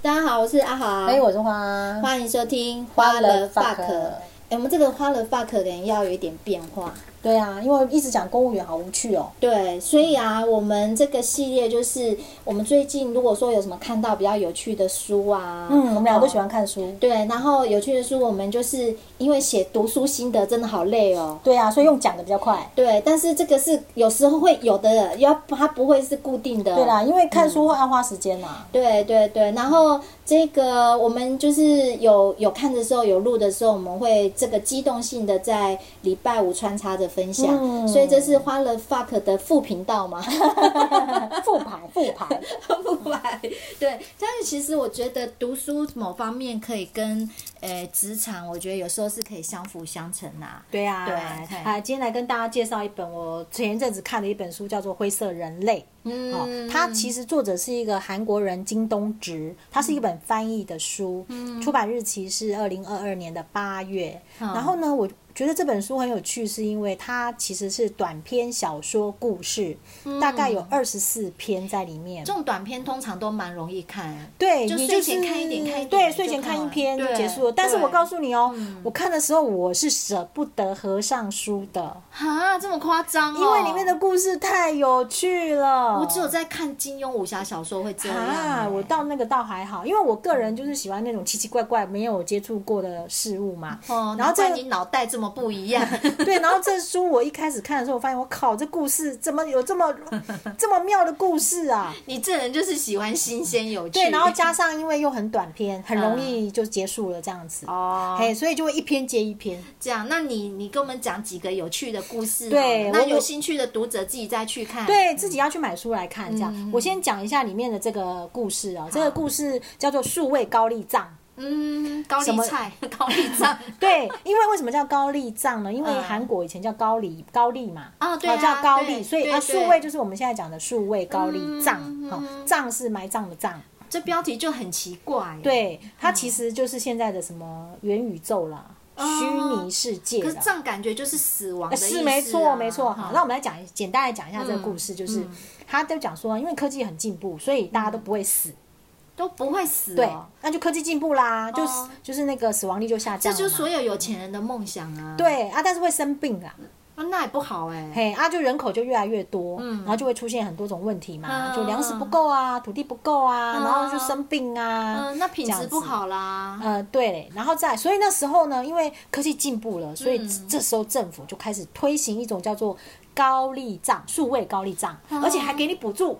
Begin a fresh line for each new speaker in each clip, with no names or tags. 大家好，我是阿豪，
哎，我是花，
欢迎收听《
花
花了
了
fuck》。
fuck
哎，我们这个《花了 fuck》可能要有一点变化。
对啊，因为一直讲公务员好无趣哦。
对，所以啊，我们这个系列就是我们最近如果说有什么看到比较有趣的书啊，
嗯，我们俩都喜
欢。
欢看书。
对，然后有趣的书，我们就是因为写读书心得真的好累哦。
对啊，所以用讲的比较快。
对，但是这个是有时候会有的，要它不会是固定的。
对啦，因为看书会要啊花时间呐。
对对对，然后这个我们就是有有看的时候，有录的时候，我们会这个机动性的在礼拜五穿插着分享，
嗯
所以这是花了 fuck 的副频道嘛，
复盘，复盘。
不白对。但是其实我觉得读书某方面可以跟呃职场，我觉得有时候是可以相辅相成啊。
对啊，
对
啊，今天来跟大家介绍一本我前一阵子看的一本书，叫做《灰色人类》。哦
嗯，，
它其实作者是一个韩国人金东植，它是一本翻译的书，出版日期是二零二二年的八月。
嗯
然后呢，我觉得这本书很有趣，是因为它其实是短篇小说故事，
嗯
大概有二十四篇在里面
这。种短片通常都蛮容易看，
对，
就
你
睡
就
前
是
看一点看一点
对，
就
睡前
看
看一
完
篇就
对
结束了。但是
对嗯
我告诉你哦，我看的时候我是舍不得合上书的，
哈，这么夸张、哦？
因为里面的故事太有趣了。
我只有在看金庸武侠小说会这样、
啊，
欸
我到那个倒还好，因为我个人就是喜欢那种奇奇怪怪没有接触过的事物 嘛。
哦，
然后这
难怪你脑袋这么不一样，
对，然后这书我一开始看的时候，我发现我靠，这故事怎么有这么这么妙的故事啊？
你这人就是喜欢新鲜有趣。
对，然后加上因为又很短篇，很容易就结束了这样子。
嗯哦，嗯
嘿，所以就会一篇接一篇。
这样，那你你跟我们讲几个有趣的故事好了，
对
那
我
有兴趣的读者自己再去看。，
对自己要去买书来看，
嗯
这样。我先讲一下里面的这个故事啊，这个故事叫做《数位高丽藏》。
嗯，高
什
丽
么
菜， 高丽菜，
对，因为为什么叫高丽藏呢？因为
嗯
韩国以前叫高丽高丽嘛，
哦对啊
叫高丽，
对
所以
对
它
对
数位就是我们现在讲的数位高丽藏，
嗯
好、
嗯
藏是埋葬的藏，
这标题就很奇怪。，
对，它
嗯
其实就是现在的什么元宇宙啦，虚拟世界
哦可是
啦。
这样感觉就是死亡的
呃
意思啊、
是没错，没错。好
哈，嗯
那我们来讲一，简单来讲一下这个故事，就是他就讲说，因为科技很进步，所以大家都不会
嗯
死，
都不会死、
对
哦，，
那就科技进步啦，就
哦
就是那个死亡率就下降
这
了嘛，
就是所有有钱人的梦想啊。
对啊，但是会生病啦，
啊，那也不好哎、
嘿啊，就人口就越来越多，然后就会出现很多种问题嘛，
嗯
就粮食不够啊，土地不够啊，
嗯
然后就生病啊，
嗯，那品
这样
质
子
不。好啦。
呃，对，然后再，所以那时候呢，因为科技进步了，所以
嗯
这时候政府就开始推行一种叫做高利账、数位高利账，
嗯
而且还给你补助。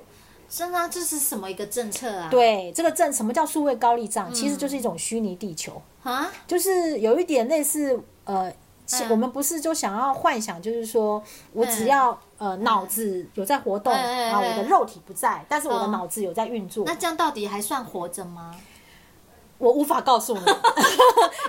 真的啊、这是什么一个政策啊？
对，这个政什么叫数位高利账？其
嗯
实就是一种虚拟地球，
啊，
就是有一点类似呃，是
嗯
我们不是就想要幻想，就是说我只要、呃脑子有在活动，
嗯嗯嗯
然后我的肉体不在，但是我的
哦
脑子有在运作。
那这样到底还算活着吗？
我无法告诉你，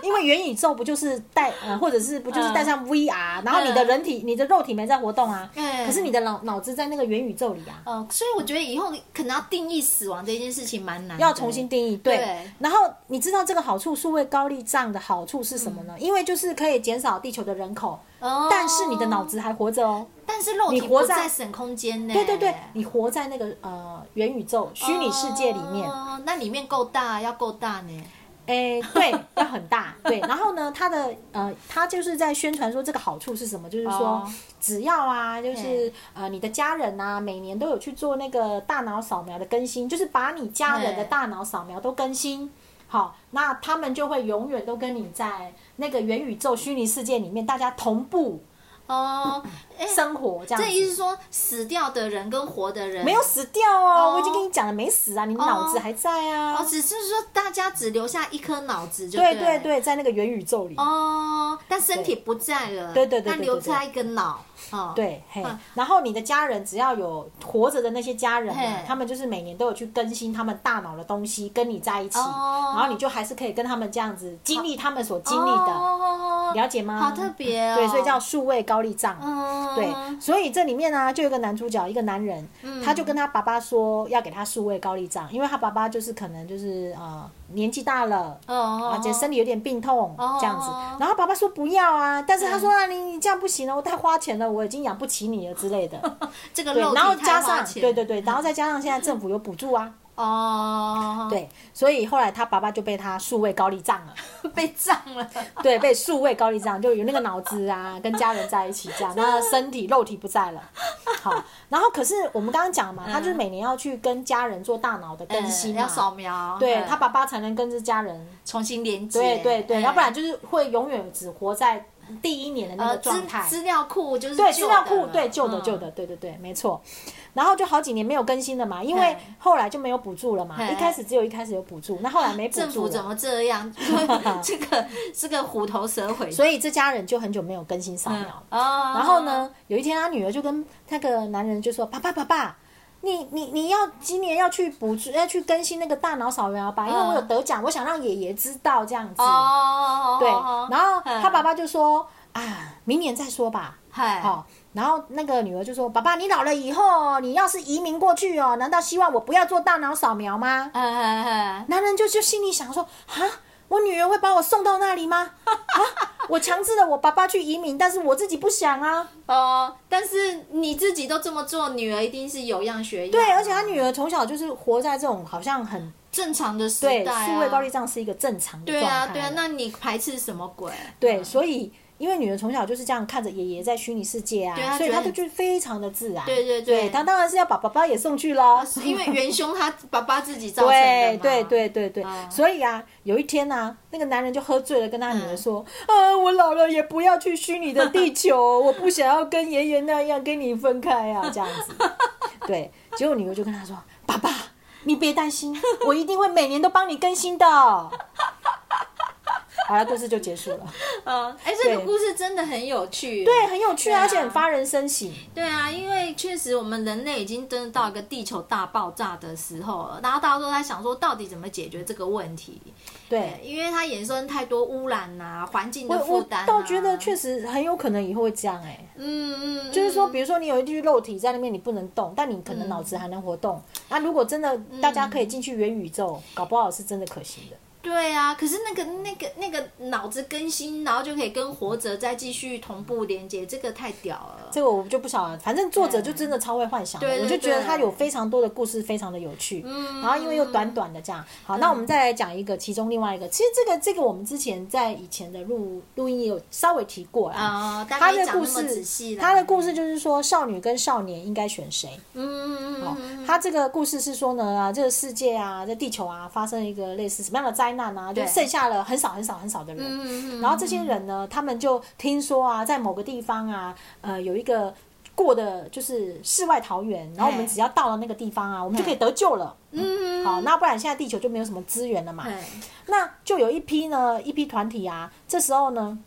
因为元宇宙不就是带呃，或者是不就是带上 VR，、然后你的人体、你的肉体没在活动啊，
嗯
可是你的脑脑子在那个元宇宙里啊。
呃，所以我觉得以后可能要定义死亡这件事情蛮难的，
要重新定义
嗯
对，
对
然后你知道这个好处，数位高利账的好处是什么
嗯
呢？因为就是可以减少地球的人口，
哦。
但是你的脑，子还活着哦。
但是肉体
你活
不
在
在省空间呢。哦
对对对，你活在那个呃元宇宙虚拟世界里面，
哦，那里面够大，要够大呢。
哎、对， 要很大，对。然后呢，它的呃，它就是在宣传说这个好处是什么，就是说、
哦
只要啊，就是呃你的家人啊，每年都有去做那个大脑扫描的更新，就是把你家人的
对
大脑扫描都更新。好，那他们就会永远都跟你在那个元宇宙虚拟世界里面，大家同步
哦，哎，
生活，这样
这
子
意思是说死掉的人跟活的人
没有。死掉哦，
哦
我已经跟你讲了没死啊，你脑子还在啊。
哦，只是说大家只留下一颗脑子就
对
对
对。对，在那个元宇宙里，
哦，但身体不在了，
对对对对对
那留下一个脑，哦，
对，嘿
嗯，
然后你的家人只要有活着的那些家人啊
嘿，
他们就是每年都有去更新他们大脑的东西，跟你在一起，
哦
然后你就还是可以跟他们这样子经历他们所经历的，
哦
了解吗？
好特别哦，
对，所以叫数位高利账。
嗯，
对，所以这里面呢、就有一个男主角，一个男人，他就跟他爸爸说要给他数位高利账，因为他爸爸就是可能就是呃年纪大了，
哦，
而且啊身体有点病痛
哦嗯
这样子。然后爸爸说不要啊，但是他说啊，你你这样不行了，我太花钱了，我已经养 不起你了之类的。
这个
对
肉，体
然后
太
加
花
上
钱
对对对，然后再加上现在政府有补助啊，
哦，
对，所以后来他爸爸就被他数位高利账了，
被胀了，
对，被数位高利账，就有那个脑子啊，跟家人在一起 这样，那身体肉体不在了。好，然后可是我们刚刚讲嘛，他就是每年要去跟家人做大脑的 更新
嗯
嘛，
要扫描，
对
嗯
他爸爸才能跟这家人，
重新连接，
对对对，
嗯
要不然就是会永远只活在第一年的那
呃
个
资
状态。
资料库就是
对，
旧
资
的
料库
了嗯
对旧的旧，的，对对对，没错。然后就好几年没有更新了嘛，因为
嗯
后来就没有补助了嘛。
嗯
一开始只有一开始有补助，那后来没
嗯
补
政
助
府
了
怎么这样？ 因为这个是个虎头蛇尾，
所以这家人就很久没有更新扫描了。
哦，
然后呢，有一天他女儿就跟那个男人就说：“爸爸，爸爸，你你你要今年要去补助，要去更新那个大脑扫描吧，因为
嗯
我有得奖，我想让爷爷知道这样子。”
哦，
对，
哦
然后他爸，
哦
爸就说：“啊，明年再说吧。”
嗨，
好、然后那个女儿就说：“爸爸，你老了以后，你要是移民过去哦，难道希望我不要做大脑扫描吗
嗯嗯嗯？”
男人就就心里想说：“啊，我女儿会把我送到那里吗？啊，我强制了我爸爸去移民，但是我自己不想啊。
哦，但是你自己都这么做，女儿一定是有样学样啊。
对，而且他女儿从小就是活在这种好像很
正常的时
对
代啊，
数位高利账是一个正常的
对
状态
啊
了。
对啊，那你排斥什么鬼？
对，所以因为女儿从小就是这样看着爷爷在虚拟世界啊，
对她
所以
觉得
她就就非常的自然。
对对啊对
对，她当然是要把爸爸也送去喽。
因为元凶他爸爸自己造成的
对
嘛
对对对对，
嗯
所以啊，有一天呢、那个男人就喝醉了，跟他女儿说：“
嗯
啊，我老了也不要去虚拟的地球，我不想要跟爷爷那样跟你分开啊，这样子。”对，结果女儿就跟他说：“爸爸，你别担心，我一定会每年都帮你更新的。”好了，故事就结 束了。
嗯，哎，这个
对
故事真的很有趣。
对，很有趣，
对啊
而且很发人深省。
对啊，因为确实我们人类已经真的到一个地球大爆炸的时候了，然后大家都在想说，到底怎么解决这个问题？哎
对，
因为它衍生太多污染呐、环境
我
的负
我
担、啊。
倒觉得确实很有可能以后会这样哎、欸
嗯，嗯嗯，
就是说，比如说你有一具肉体在那边，你不能动，但你
嗯
可能脑子还能活动。那、如果真的大家可以进去元宇宙，搞不好是真的可行的。
对啊，可是那个那个那个脑子更新，然后就可以跟活着再继续同步连接，这个太屌了。
这个我就不晓得，反正作者就真的超会幻想的，
啊对对
我就觉得
对
他有非常多的故事，非常的有趣。
嗯
然后因为又短短的这样，好，那我们再来讲一个其中另外一个，其实这个这个我们之前在以前的录录音也有稍微提过啊。
啊、大
他
概
的
讲
故
那么仔细
事，
了。
他的故事就是说，少女跟少年应该选谁？
嗯，嗯嗯嗯嗯，
哦他这个故事是说呢，啊，这个世界啊，在地球啊，发生了一个类似什么样的灾难啊，就
对
剩下了很少很少很少的人。
嗯嗯嗯
然后这些人呢，他们就听说啊，在某个地方啊，呃，有一个过的就是世外桃源，然后我们只要到了那个地方啊，我们就可以得救了。
嗯，哎
好，那不然现在地球就没有什么资源了嘛。
对，
那就有一批呢，一批团体啊，这时候呢。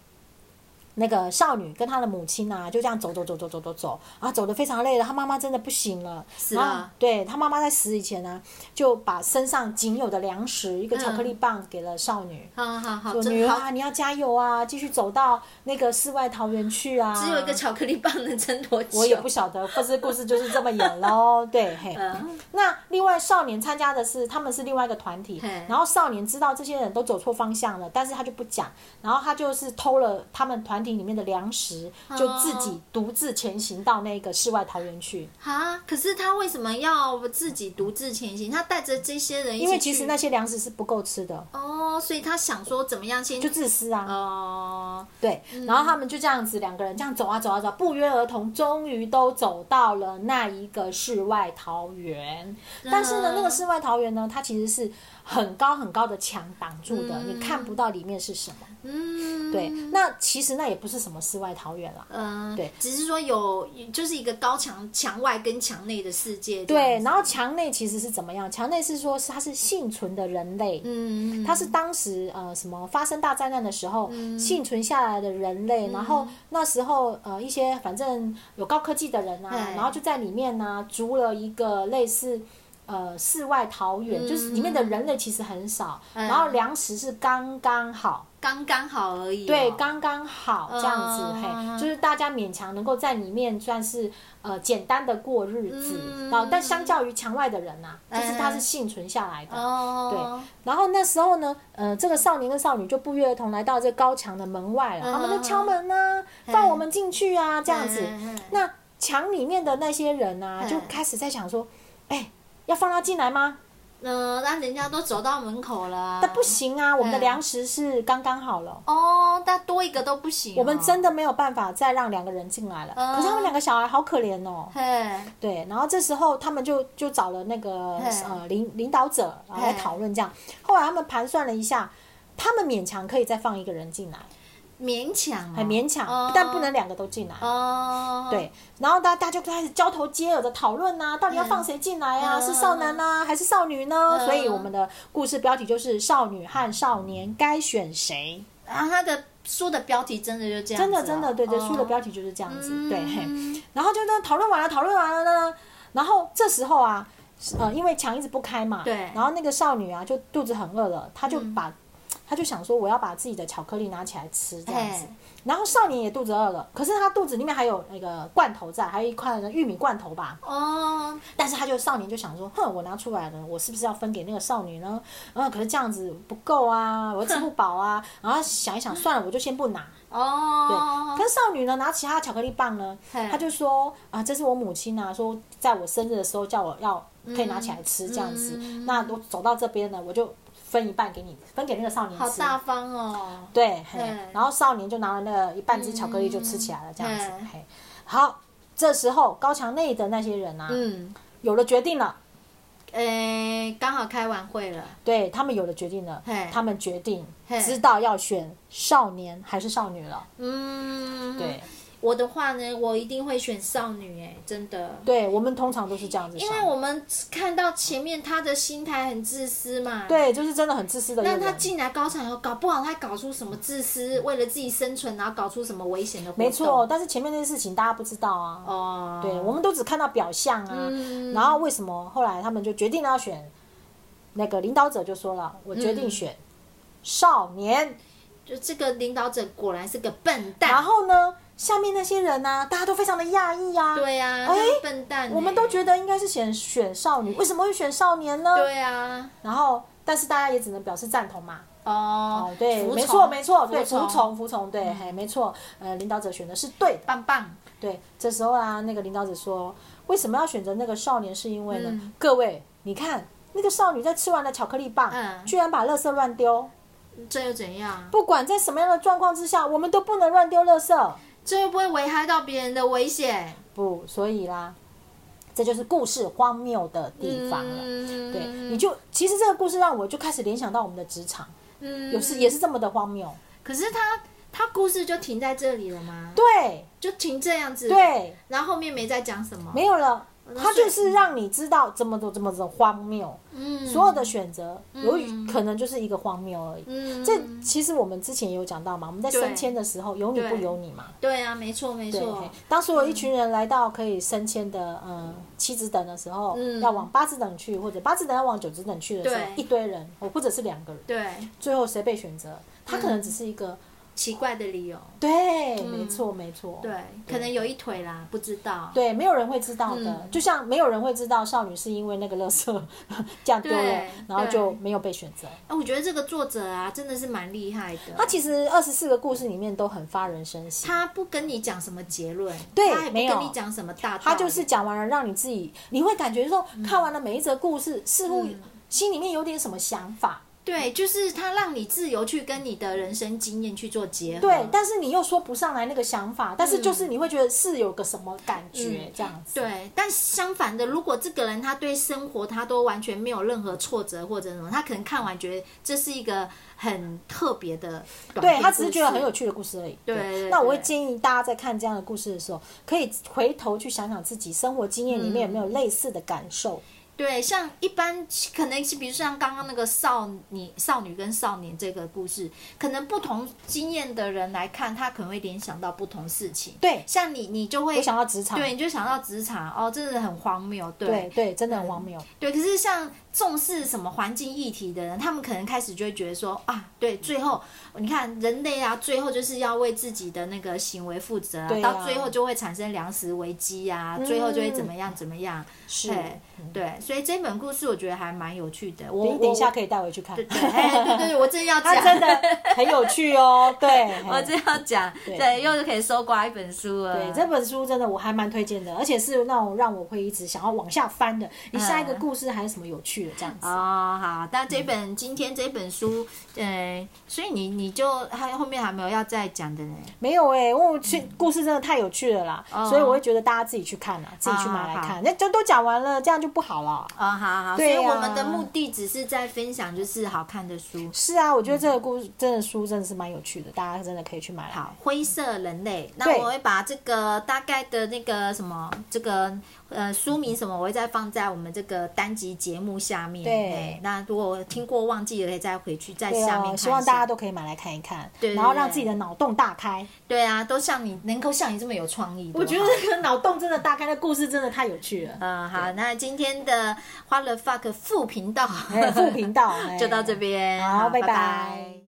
那个少女跟她的母亲啊，就这样走走走走走走走啊，走的非常累了。她妈妈真的不行了，
死
然后
了
对她妈妈在死以前呢、就把身上仅有的粮食，一个巧克力棒给了少女，
好好嗯好，
说：“
真
女儿
好
啊，你要加油啊，继续走到那个世外桃源去啊。”
只有一个巧克力棒能撑多久？
我也不晓得，或是故事就是这么演喽。对，嘿，
嗯
那另外少年参加的是他们是另外一个团体
嘿，
然后少年知道这些人都走错方向了，但是他就不讲，然后他就是偷了他们团体里面的粮食，
哦
就自己独自前行到那个世外桃源去。
啊！可是他为什么要自己独自前行？他带着这些人一起去，
因为其实那些粮食是不够吃的，
哦，所以他想说怎么样先
就自私啊，
哦，
对。然后他们就这样子两个人这样走啊走啊走啊，不约而同，终于都走到了那一个世外桃源。
嗯
但是呢，那个世外桃源呢，它其实是很高很高的墙挡住的，你看不到里面是什么。
嗯，
对，那其实那也不是什么世外桃源啦。
嗯，
对，
只是说有就是一个高墙墙外跟墙内的世界这
对
样，子，
然后墙内其实是怎么样？墙内是说是它是幸存的人类，
嗯，
它是当时呃什么发生大灾难的时候、幸存下来的人
嗯
类，然后那时候呃一些反正有高科技的人啊，
哎
然后就在里面呢、筑了一个类似。呃，世外桃源、
嗯
就是里面的人类其实很少，然后粮食是刚刚好，
哎刚刚好而已哦，
对，刚刚好这样子，
嗯
嘿，就是大家勉强能够在里面算是呃简单的过日子，
嗯
然后但相较于墙外的人呐、
嗯
就是他是幸存下来的。
哦，
然后那时候呢，呃，这个少年跟少女就不约而同来到这高墙的门外了，
嗯
他们就敲门呐、
嗯
放我们进去啊，这样子。
嗯嗯嗯
那墙里面的那些人啊，
嗯
就开始在想说，哎、要放他进来吗？
呃，那人家都走到门口了啊，
但不行啊，我们的
嗯
粮食是刚刚好了。
哦，但多一个都不行哦、
我们真的没有办法再让两个人进来了，
嗯
可是他们两个小孩好可怜哦。
嘿，
对，然后这时候他们就就找了那个
嘿
呃领领导者，然后来
嘿
讨论这样。后来他们盘算了一下，他们勉强可以再放一个人进来，
勉强、
很勉强，
哦
但不能两个都进来。
哦，，
对，然后大家就开始交头接耳的讨论呐、到底要放谁进来啊？
嗯
是少男呢、还是少女呢？
嗯
所以我们的故事标题就是“少女和少年该选谁
然啊后他的书的标题真的就这”。样
真
子啊、
的，真的，对对，
哦
书的标题就是这样子，对。嘿
嗯
然后就这样讨论完了，讨论完了呢，然后这时候啊，呃，因为墙一直不开嘛，
对嗯
然后那个少女啊，就肚子很饿了，她就把，她就想说我要把自己的巧克力拿起来吃这样子
嘿。
然后少年也肚子饿了，可是他肚子里面还有那个罐头在，还有一块玉米罐头吧。
哦，
但是他就少年就想说，哼，我拿出来了，我是不是要分给那个少女呢？嗯，可是这样子不够啊，我又吃不饱 啊。然后想一想，算了，我就先不拿。
哦，
可是少女呢，拿起她的巧克力棒呢，
嘿
她就说啊，这是我母亲啊，说在我生日的时候叫我要可以拿起来吃这样子。
嗯
那我走到这边呢，我就分一半给你，分给那个少年
好
吃。
大方哦，
对，嘿
对
然后少年就拿了那个一半只巧克力就吃起来了，这样子。
嗯
嘿，好，这时候高墙内的那些人啊，
嗯，
有了决定了。
诶，刚好开完会了，
对他们有了决定了
嘿，
他们决定
嘿
知道要选少年还是少女了。
嗯，
对，
我的话呢，我一定会选少女、哎，真的。
对我们通常都是这样子
因
想，
为我们看到前面他的心态很自私嘛，，
对就是真的很自私的一个
那他
人。
进来高产以后，搞不好他搞出什么自私，为了自己生存，然后搞出什么危险的活动。
没错，，但是前面那些事情大家不知道啊，
哦，
对我们都只看到表象啊。
嗯
然后为什么后来他们就决定要选那个领导者就说了，我决定
嗯
选少年。
就这个领导者果然是个笨
然
蛋，
后呢，下面那些人呢、大家都非常的讶异啊。
对呀、啊，
哎
他是笨蛋、欸
我们都觉得应该是选选少女，为什么会选少年呢？
得对啊，
然后，但是大家也只能表示赞同嘛。
哦
哦，，对，
服从
没错，没错，对，
服
服从，服从，对，嘿，没错，呃，领导者选的是对的，
棒棒，
对。这时候啊，那个领导者说，为什么要选择那个少年？是因为呢，
嗯
各位，你看那个少女在吃完了巧克力棒，
嗯
居然把垃圾乱丢。
这又怎样？
不管在什么样的状况之下，我们都不能乱丢垃圾。
这又不会危害到别人的危险
不，所以啦，这就是故事荒谬的地方了。
嗯、
对，你就其实这个故事让我就开始联想到我们的职场，
嗯
有时也是这么的荒谬。
可是他他故事就停在这里了吗？
对
就停这样子，，
对，
然后后面没再讲什么，
没有了。
那
它就
所以
是让你知道这么多这么多荒谬，
嗯，
所有的选择有
嗯
可能就是一个荒谬而已。
嗯，
这其实我们之前也有讲到嘛，我们在
对
升迁的时候有你不
对
有你嘛。
对嗯啊，没错没
对，
错
嘿，当所有一群人来到可以升迁的呃七职等的时候，
嗯
要往八职等去，或者八职等要往九职等去的时候，
对
一堆人，哦或者是两个人，
对，
最后谁被选择？他
嗯
可能只是一个
奇怪的理由，
对，没错没错，
嗯对，可能有一腿啦，不知道，
哦对，没有人会知道的。
嗯
就像没有人会知道少女是因为那个垃圾 这样丢了
对，
然后就没有被选择。
哎，我觉得这个作者啊，真的是蛮厉害的，
它其实二十四个故事里面都很发人深省，
他不跟你讲什么结论，
对
他也
没
不
有
跟你讲什么大道理，
它就是讲完了让你自己，你会感觉说看完了每一则故事，似乎
嗯
心里面有点什么想法，
对，就是他让你自由去跟你的人生经验去做结合，
对，但是你又说不上来那个想法，但是就是你会觉得是有个什么感觉
嗯
这样子。
对，但相反的，如果这个人他对生活他都完全没有任何挫折或者什么，他可能看完觉得这是一个很特别的短
对
篇
他只是
故
觉得
事
很有趣的故事而已。
对对
那我会
对
建议大家在看这样的故事的时候，可以回头去想想自己生活经验里面有没有类似的感受。
对，像一般可能是比如像刚刚那个少女、少女跟少年这个故事，可能不同经验的人来看，他可能会联想到不同事情。
对
像你，你就
我
会
想到职场，
对，你就想到职场哦，真的很荒谬。对
对对，真的很荒谬。
对，可是像重视什么环境议题的人，他们可能开始就会觉得说啊，对，最后你看人类啊，最后就是要为自己的那个行为负责啊，
对啊
到最后就会产生粮食危机啊，最后就会怎么样怎么样。
嗯是，嗯
对对，所以这本故事我觉得还蛮有趣的。我
你等一下
我
可以带回去看
对，对哎对对，对我真 要
它
讲，
真的很有趣哦。 对，
我
嘿
真要讲，
对
对，又可以搜刮一本书了。
对这本书真的我还蛮推荐的，而且是那种让我会一直想要往下翻的。你下一个
嗯
故事还有什么有趣
去了这样子。
哦，
好，那这本、今天这本书，呃，所以你你就还后面还没有要再讲的呢，
没有哎、因为我去故事真的太有趣了啦，
哦
所以我会觉得大家自己去看啦，啊自己去买来看，那就都讲完了，这样就不好了。
哦，好好，
对
所以我
呀
们的目的只是在分享就是好看的书。
是啊，我觉得这个故事真的书真的是蛮有趣的，大家真的可以去买来。
好，灰色人类，那
对
我会把这个大概的那个什么，这个呃书名什么，我会再放在我们这个单集节目下面。
对
哎那如果听过忘记了，可以再回去在
对
下面看
啊，
一下。
希望大家都可以买来看一看，
对对
然后
对
让自己的脑洞大开。
对啊，都像你能够像你这么有创意。
我觉得
多好
这个脑洞真的大开，那故事真的太有趣了。
嗯，好，那今天的花了 fuck 副频道
哎，副频道
就到这。
哎
边，
好拜
拜
拜